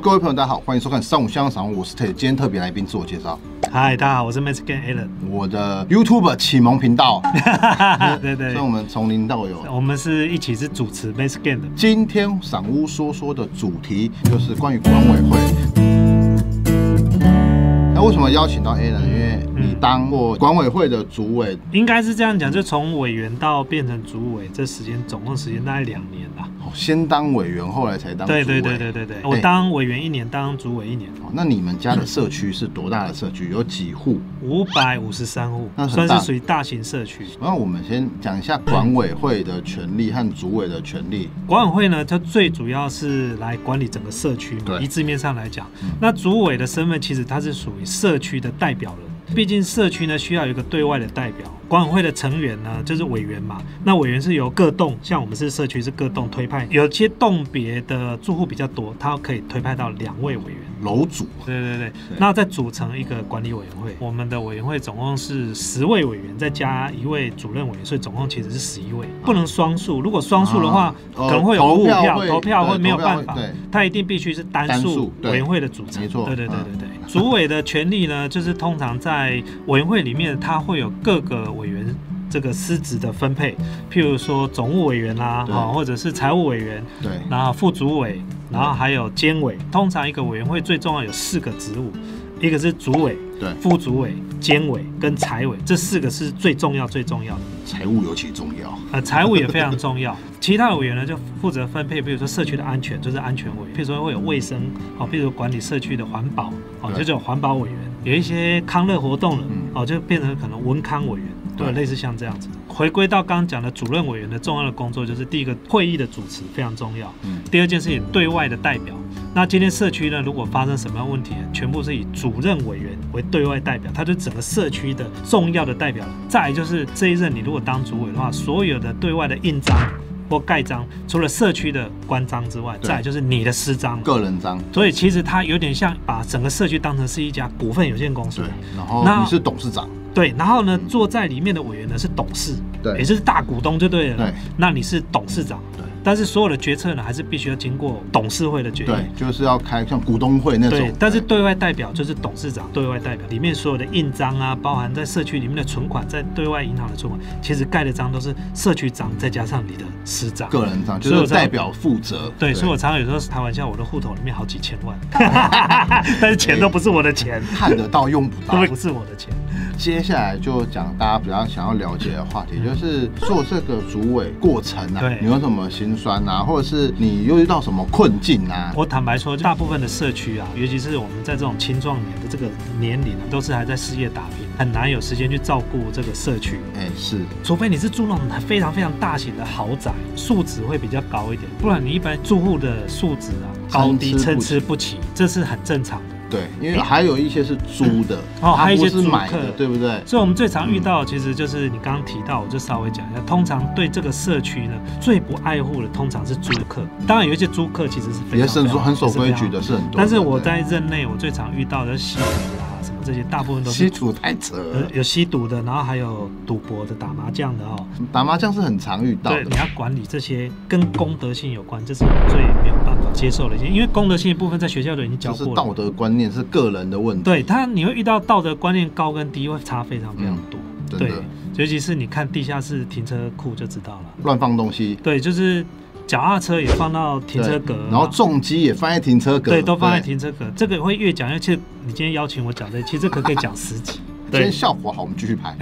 各位朋友，大家好，欢迎收看《上午香赏》，我是 Ted，今天特别来宾自我介绍，嗨，大家好，我是 Mexican Alan。 我的 YouTube 启蒙频道， 对 对所以我们从零到有。我们是一起是主持 Mexican 的。今天赏屋说说的主题就是关于管委会。那为什么邀请到 A 呢？因为嗯你当过管委会的主委，应该是这样讲，就从委员到变成主委，这时间总共时间大概两年吧。哦先当委员，后来才当主委。对对对对对对，我哎当委员一年，当主委一年，哦。那你们家的社区是多大的社区？有几户？五百五十三户那，很算大是属于大型社区。那我们先讲一下管委会的权利和主委的权利。管委会呢，它最主要是来管理整个社区嘛对。以字面上来讲嗯，那主委的身份其实它是属于社区的代表人。毕竟社区呢需要有一个对外的代表，管委会的成员呢就是委员嘛。那委员是由各栋，像我们是社区是各栋推派，有些栋别的住户比较多，他可以推派到两位委员。楼主对对对，那再组成一个管理委员会。我们的委员会总共是十位委员，再加一位主任委员，所以总共其实是十一位，不能双数。如果双数的话啊，可能会有误投票票，会投票会没有办对投票法会对。它一定必须是单单数数对委员会的组成。没错对对对对嗯对。主委的权利呢，就是通常在委员会里面，它会有各个委员。这个司职的分配，譬如说总务委员啦、对啊，或者是财务委员，对然后副主委，然后还有监委。通常一个委员会最重要有四个职务，一个是主委、对，副主委、监委跟财委，这四个是最重要最重要的。财务尤其重要。呃，财务也非常 重要。其他的委员呢，就负责分配，比如说社区的安全，就是安全委员；，比如说会有卫生，哦，比如说管理社区的环保，哦，对就是有环保委员。有一些康乐活动了嗯，哦，就变成可能文康委员，对对，类似像这样子。回归到刚刚讲的主任委员的重要的工作，就是第一个会议的主持非常重要，嗯第二件事情对外的代表。那今天社区呢，如果发生什么样问题，全部是以主任委员为对外代表，他就是整个社区的重要的代表。再来就是这一任，你如果当主委的话，所有的对外的印章或盖章，除了社区的官章之外，对再来就是你的私章了。个人章所以其实它有点像把整个社区当成是一家股份有限公司对，，然后那你是董事长，对，然后呢嗯，坐在里面的委员呢是董事，对也就是大股东就对了。对，那你是董事长，对，但是所有的决策呢，还是必须要经过董事会的决议。对，就是要开像股东会那对种，，但是对外代表就是董事长，对外代表里面所有的印章啊，包含在社区里面的存款，在对外银行的存款，其实盖的章都是社区章，再加上你的私章。个人章就所以是我在代表负责。对，所以我常常有时候开玩笑，我的户头里面好几千万， 但是钱都不是我的钱，看得到用不到都。不是我的钱。接下来就讲大家比较想要了解的话题，嗯就是做这个主委过程啊对，你有什么心酸啊，或者是你又遇到什么困境啊？我坦白说，大部分的社区啊，尤其是我们在这种青壮年的这个年龄啊，都是还在事业打拼，很难有时间去照顾这个社区。哎，是除非你是住那种非常非常大型的豪宅，素质会比较高一点，不然你一般住户的素质啊高低参差不参齐差不齐，这是很正常的。对，因为还有一些是租的，哦还它有一不些是租买的，客对不对？所以我们最嗯常遇到，其实就是你刚刚提到，我就稍微讲一下。通常对这个社区呢，最不爱护的通常是租客。当然，有一些租客其实是非也常是非常很守规矩。是非常的，是很多的。但是我对在任内，我最常遇到的吸毒啊什么这些，大部分都西是呃楚太扯有了，有吸毒的，然后还有赌博的、打麻将的哦。打麻将是很常遇到对，的你。要管理这些跟公德性有关，这是我最没有办法接受的一些，因为公德性的部分在学校都已经教就是过道了。德观念是个人的问题。对他，你会遇到道德观念高跟低会差非常非常多。真对的，尤其是你看地下室停车库就知道了。乱放东西，对，就是脚踏车也放到停车格啊对，然后重机也放在停车格，对都放在。停车格，这个会越讲越。其实你今天邀请我讲这，其实这个可以讲 十集。今对天，效果好，我们继续 拍。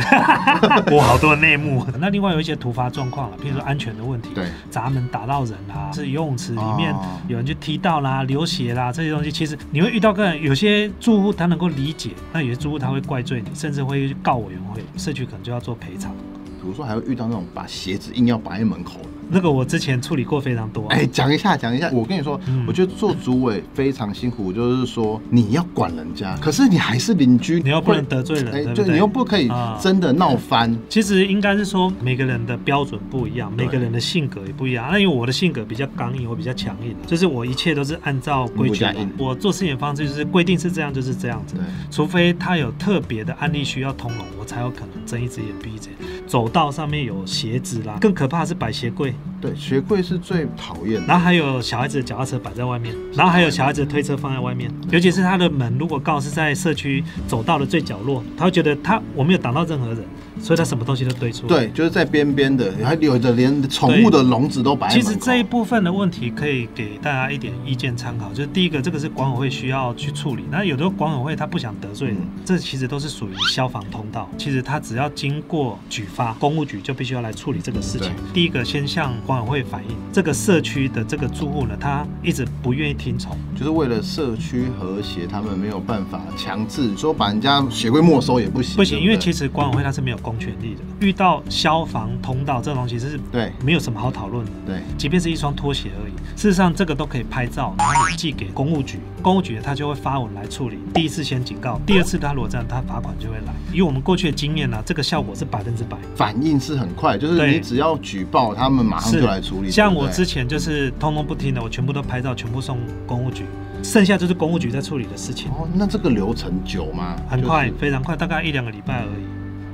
我好多内幕。那另外有一些突发状况了，譬如说安全的问题。对，闸门打到人啦、是游泳池里面哦有人就踢到啦、流血啦这些东西，其实你会遇到个人，有些住户他能够理解，那有些住户他会怪罪你，甚至会去告委员会，社区可能就要做赔偿。比如说还会遇到那种把鞋子硬要摆在门口的。那个我之前处理过非常多、啊，哎，讲一下，讲一下。我跟你说，嗯我觉得做主委非常辛苦，就是说你要管人家，可是你还是邻居，你又不能会得罪人，哎，对不就对？你又不可以啊真的闹翻。其实应该是说每个人的标准不一样，每个人的性格也不一样。那因为我的性格比较刚硬，我比较强硬，就是我一切都是按照规矩来嗯你比较硬，我做事情方式就是规定是这样就是这样子对。除非他有特别的案例需要通融，我才有可能睁一只眼闭一只眼。走道上面有鞋子啦，更可怕的是摆鞋柜，对，鞋柜是最讨厌的。然后还有小孩子的脚踏车摆在外面，然后还有小孩子的推车放在外面，尤其是他的门如果告是在社区走道的最角落，他会觉得他我没有挡到任何人，所以他什么东西都堆出来。对，就是在边边的，还有的连宠物的笼子都摆在其门口。实这一部分的问题可以给大家一点意见参考，就是第一个，这个是管委会需要去处理。那有的管委会他不想得罪人，嗯这其实都是属于消防通道。其实他只要经过举发，公务局就必须要来处理这个事情。第一个，先向管委会反映，这个社区的这个住户呢，他一直不愿意听从。就是为了社区和谐，他们没有办法强制说把人家鞋柜没收也不行，不行，因为其实实管委会它是没有公权力的。遇到消防通道这东西是对没有什么好讨论的。对即便是一双拖鞋而已，事实上这个都可以拍照，然后你寄给公务局，公务局他就会发文来处理。第一次先警告，第二次他如果这样，他罚款就会来。以我们过去的经验呢、啊这个效果是百分之百。反应是很快，就是对你只要举报，他们马上是就来处理。像对不嗯我对之前就是通通不听的，我全部都拍照，全部送公务局，剩下就是公务局在处理的事情，哦，那这个流程久吗？很快，就是非常快，大概一两个礼拜而已，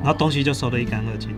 然后东西就收得一干二净。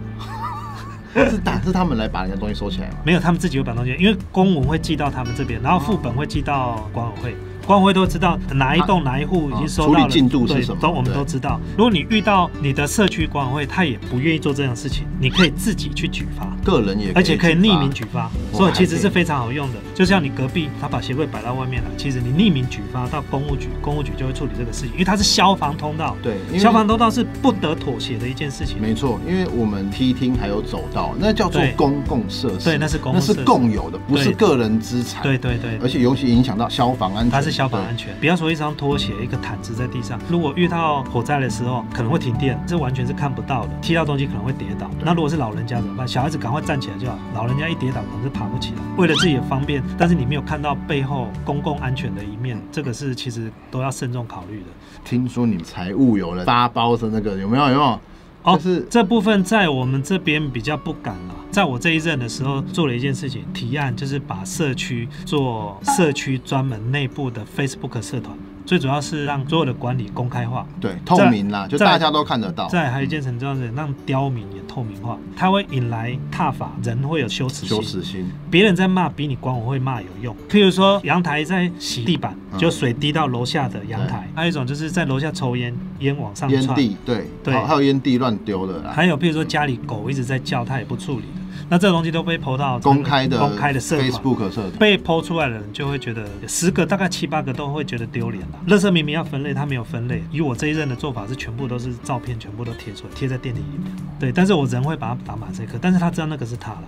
是打是他们来把人家东西收起来吗？没有，他们自己会把东西，因为公文会寄到他们这边，然后副本会寄到管委会，管委会都知道哪一栋哪一户已经收到了，哦处理进度是对什么都我们对都知道。如果你遇到你的社区管委会，他也不愿意做这样的事情，你可以自己去举发。个人也而且可以举匿报名举发，哇所以其实是非常好用的。就像你隔壁他把鞋柜摆到外面来，嗯其实你匿名举发到公务局，公务局就会处理这个事情，因为它是消防通道，对，因为消防通道是不得妥协的一件事情。没错，因为我们梯厅还有走道，那叫做对公共设施，对那是公那共是设施共有的，不是对个人资产。对对对，而且尤其影响到消防安全，它是消防安全。全。不要说一双拖鞋、一个毯子在地上，如果遇到火灾的时候，可能会停电，这完全是看不到的，踢到东西可能会跌倒。那如果是老人家怎么办？小孩子赶快站起来就好，老人家一跌倒可能是爬不起来。为了自己的方便，但是你没有看到背后公共安全的一面，这个是其实都要慎重考虑的。听说你们财务有人发包的那个有没有？有没有？哦，就是这部分在我们这边比较不敢了。在我这一任的时候，做了一件事情，提案就是把社区做社区专门内部的 Facebook 社团，最主要是让所有的管理公开化。对，透明啦，就在大家都看得到。再来还有一件很重要的事情，让刁民也透明化，它会引来踏法，人会有羞耻羞心。耻心，别人在骂，比你管我会骂有用。譬如说，阳台在洗地板，嗯就水滴到楼下的阳台；还有一种就是在楼下抽烟，烟往上烟窜。蒂对，对还有烟蒂乱丢的啦，还有譬如说家里狗一直在叫，它也不处理的，那这个东西都被抛到公开的公开的社团。 Facebook 社团，被剖出来的人就会觉得十个大概七八个都会觉得丢脸了。垃圾明明要分类，他没有分类。以我这一任的做法是，全部都是照片，全部都贴出来，贴在电梯里面。对，但是我人会把它打马赛克，但是他知道那个是他了。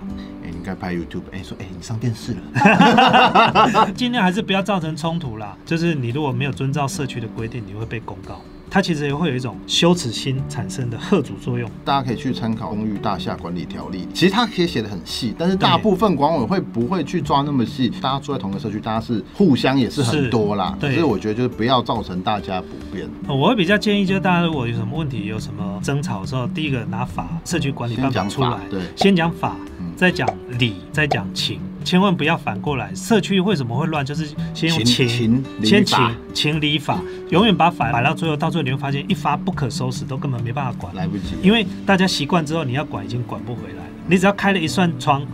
哎，你应该拍 YouTube，哎，说哎，你上电视了， 啊尽量还是不要造成冲突啦。就是你如果没有遵照社区的规定，你会被公告。它其实也会有一种羞耻心产生的贺主作用。大家可以去参考《公寓大厦管理条例》，其实它可以写的很细，但是对大部分管委会不会去抓那么细。大家住在同个社区，大家是互相也是很是多啦，对可是我觉得就是不要造成大家不便，呃我会比较建议，就是大家如果有什么问题、有什么争吵的时候，第一个拿法社区管理办先法讲出法来，对先讲法嗯，再讲理，再讲情，千万不要反过来。社区为什么会乱，就是先用情情，情理先法情情理法，永远把法摆到最后，到最后你会发现一发不可收拾，都根本没办法管。来不及。因为大家习惯之后，你要管已经管不回来了。你只要开了一扇窗，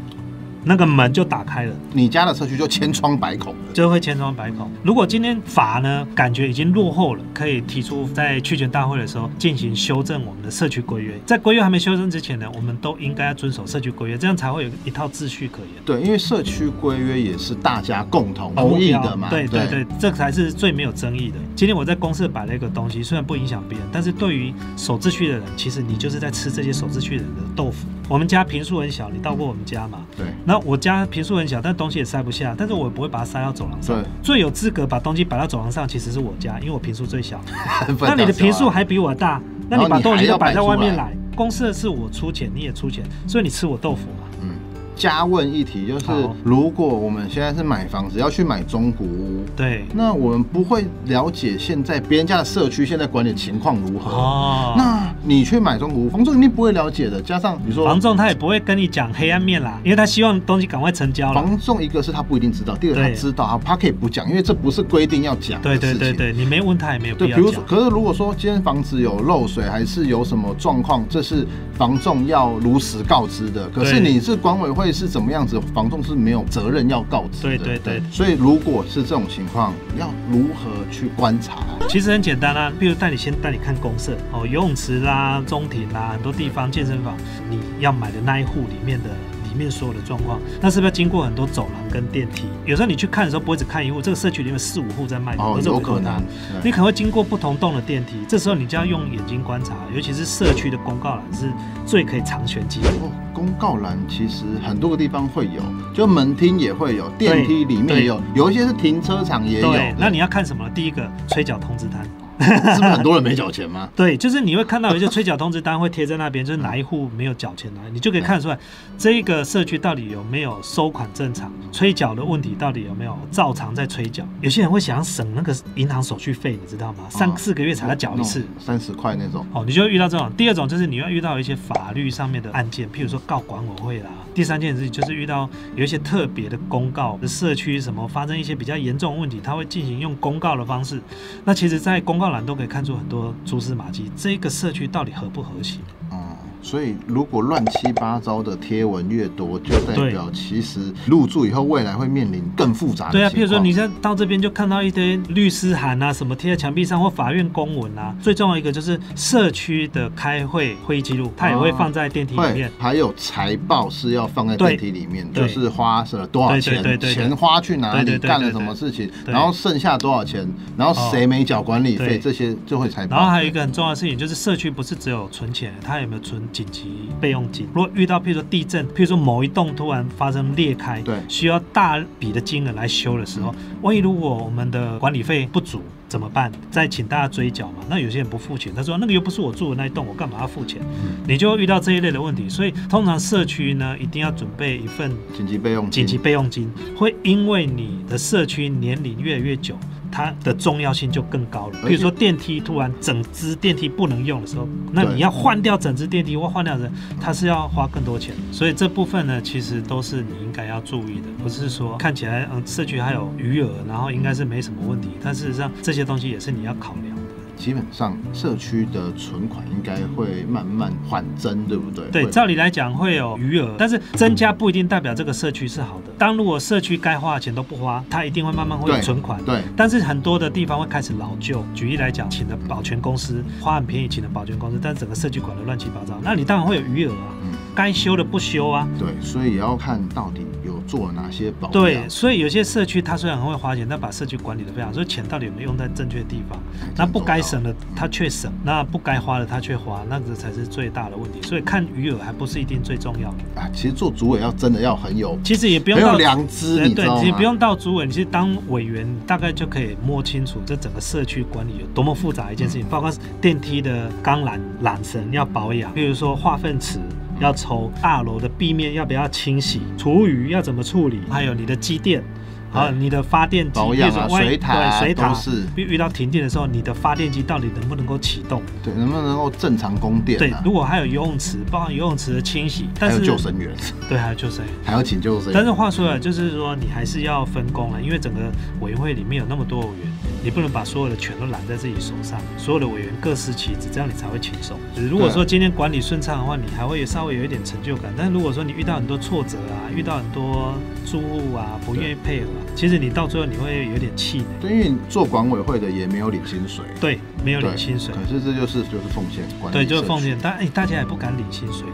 那个门就打开了。你家的社区就千疮百孔了。就会千疮百孔。如果今天法呢感觉已经落后了，可以提出在区权大会的时候进行修正我们的社区规约。在规约还没修正之前呢，我们都应该要遵守社区规约，这样才会有一套秩序可言。对，因为社区规约也是大家共同哦同意的嘛。对对对，这才是最没有争议的。今天我在公司摆了一个东西，虽然不影响别人，但是对于守秩序的人，其实你就是在吃这些守秩序的人的豆腐。我们家平数很小，你到过我们家嘛？对那我家平数很小，但东西也塞不下，但是我也不会把它塞到走廊上。对，最有资格把东西摆到走廊上，其实是我家，因为我平数最小。 不那然你这的样平子好数了还比我大，那啊然后你把你东还西要都摆摆在出外面来来，公司的事我出钱，你也出钱，所以你吃我豆腐啊嘛。嗯。加问一题就是好，如果我们现在是买房子要去买中古屋，对，那我们不会了解现在别人家的社区现在管理情况如何。哦，那你去买中古屋，房仲一定不会了解的。加上比如说房仲他也不会跟你讲黑暗面啦，因为他希望东西赶快成交了。房仲一个是他不一定知道，第二个他对知道啊，他可以不讲，因为这不是规定要讲的对事对情。对对，你没问他也没有对，必比要如讲说，。可是如果说今天房子有漏水，还是有什么状况，这是房仲要如实告知的。可是对你是管委会是怎么样子，房仲是没有责任要告知的。对对对所以如果是这种情况，要如何去观察？其实很简单啦、比如带你先带你看公社哦，游泳池啦、中庭啦，很多地方健身房，你要买的那一户里面的里面所有的状况，那是不是要经过很多走廊跟电梯？有时候你去看的时候不会只看一户，这个社区里面有四五户在卖，哦或，者有五可栋大能楼。你可能会经过不同栋的电梯，这时候你就要用眼睛观察，尤其是社区的公告栏是最可以长选机会。哦公告栏其实很多个地方会有，就门厅也会有，电梯里面也有，有一些是停车场也有的。对，那你要看什么？第一个催缴通知单。是不是很多人没缴钱 吗？对，就是你会看到有一些催缴通知单会贴在那边，就是哪一户没有缴钱啊来，你就可以看得出来这个社区到底有没有收款正常，催缴的问题到底有没有照常在催缴。有些人会想要省那个银行手续费，你知道吗？三四个月才要缴一次。 三十块那种。哦，你就会遇到这种。第二种就是你要遇到一些法律上面的案件，譬如说告管委会啦。第三件事情就是遇到有一些特别的公告，社区什么发生一些比较严重的问题，他会进行用公告的方式。那其实，在公告栏都可以看出很多蛛丝马迹，这个社区到底和不和谐？嗯，所以如果乱七八糟的贴文越多，就代表其实入住以后未来会面临更复杂的对啊，情譬如说况你现在到这边就看到一堆律师函啊，什么贴在墙壁上或法院公文啊。最重要一个就是社区的开会会议记录，它也会哦放在电梯里会面。还有财报是要放在对电梯里面，就对是花了多少对对钱，对对对钱花去哪对里，对对干了对什对么事情，对哦然后剩下多少钱，然后谁没缴管理费，对这些就会财报。然后还有一个很重要的事情，就是社区不是只有存钱，它有没有存紧急备用金？如果遇到譬如说地震，譬如说某一栋突然发生裂开，对需要大笔的金额来修的时候，万一如果我们的管理费不足怎么办？再请大家追缴嘛。那有些人不付钱，他说那个又不是我住的那一栋，我干嘛要付钱？你就会遇到这一类的问题。所以通常社区呢，一定要准备一份紧急备用金紧急备用金，会因为你的社区年龄越来越久，它的重要性就更高了。而且比如说电梯突然整只电梯不能用的时候，那对你要换掉整只电梯或换掉人，它是要花更多钱。所以这部分呢，其实都是你应该要注意的，不是说看起来嗯社区还有余额，然后应该是没什么问题，但事实上这些东西也是你要考量的。基本上社区的存款应该会慢慢缓增，对不对？对，会照理来讲会有余额，但是增加不一定代表这个社区是好的。当如果社区该花的钱都不花，它一定会慢慢会有对存款。对但是很多的地方会开始老旧。举例来讲，请的保全公司花很便宜，请的保全公司，但整个社区管得乱七八糟，那你当然会有余额啊嗯，该修的不修啊。对，所以也要看到底有做哪些保障。对，所以有些社区它虽然很会花钱，但把社区管理的非常好，所以钱到底有没有用在正确的地方？那不该省的他却省，那不该花的他却花，那个才是最大的问题。所以看余额还不是一定最重要的，啊，其实做主委要真的要很有其实也不用很有到良知，对你知对，道其实不吗？用到主委，你是当委员，你大概就可以摸清楚这整个社区管理有多么复杂一件嗯事情，包括电梯的钢缆缆绳要保养，比如说化粪池。嗯要抽大楼的壁面要不要清洗，厨余要怎么处理，还有你的机电，还有对你的发电机，保养啊比如说万一水塔啊对水塔都是遇遇到停电的时候，你的发电机到底能不能够启动？对，能不能够正常供电、对啊？，如果还有游泳池，包含游泳池的清洗，但还有是救生员，对，还有救生员。还要请救生员。但是话说了，啊就是说你还是要分工了，因为整个委员会里面有那么多委员，你不能把所有的权都揽在自己手上，所有的委员各司其职，这样你才会轻松。就是如果说今天管理顺畅的话，你还会稍微有一点成就感。但如果说你遇到很多挫折啊，遇到很多住户啊不愿意配合、啊，其实你到最后你会有点气馁。对，因为你做管委会的也没有领薪水，对，没有对，领薪水，可是这就是就是奉献管理对，社区，就是奉献。但哎、大家也不敢领薪水，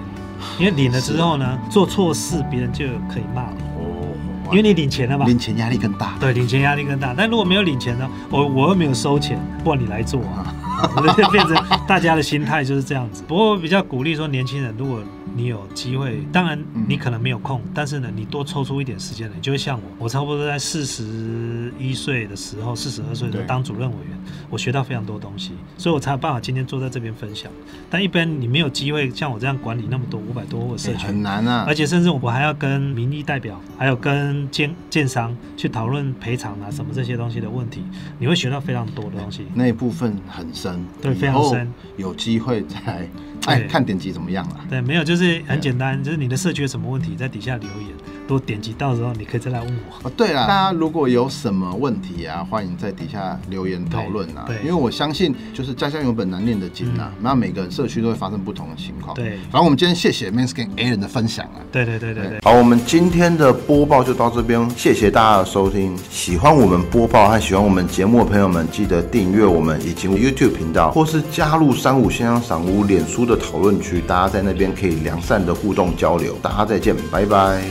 因为领了之后呢，做错事别人就可以骂你，哦，因为你领钱了嘛。领钱压力更大。对，领钱压力更大。但如果没有领钱呢，我我又没有收钱，不然你来做啊， 就变成大家的心态就是这样子。不过我比较鼓励说，年轻人，如果你有机会，当然嗯你可能没有空，但是呢，你多抽出一点时间来，你就会像我，我差不多在四十一岁的时候，四十二岁的时对候当主任委员，我学到非常多东西，所以我才有办法今天坐在这边分享。但一般你没有机会像我这样管理那么多五百多户的社哎区，很难啊，而且甚至我还要跟民意代表，还有跟建建商去讨论赔偿啊什么这些东西的问题，你会学到非常多的东西。那一部分很深深，对非常以后深有机会再来，哎，对看点击怎么样啊啦。对，没有，就是很简单，就是你的社区有什么问题，在底下留言，多点击到时候你可以再来问我。哦，对了，大家如果有什么问题啊，欢迎在底下留言讨论啊对。对嗯因为我相信，就是家乡有本难念的经啊，那每个社区都会发生不同的情况。对反正我们今天谢谢 Mans 跟 A 人的分享啊。对对对对对。好，我们今天的播报就到这边，谢谢大家的收听。喜欢我们播报和喜欢我们节目的朋友们，记得订阅我们以及 YouTube 频道，或是加入三五先生赏屋脸书的讨论区，大家在那边可以良善的互动交流。大家再见，拜拜。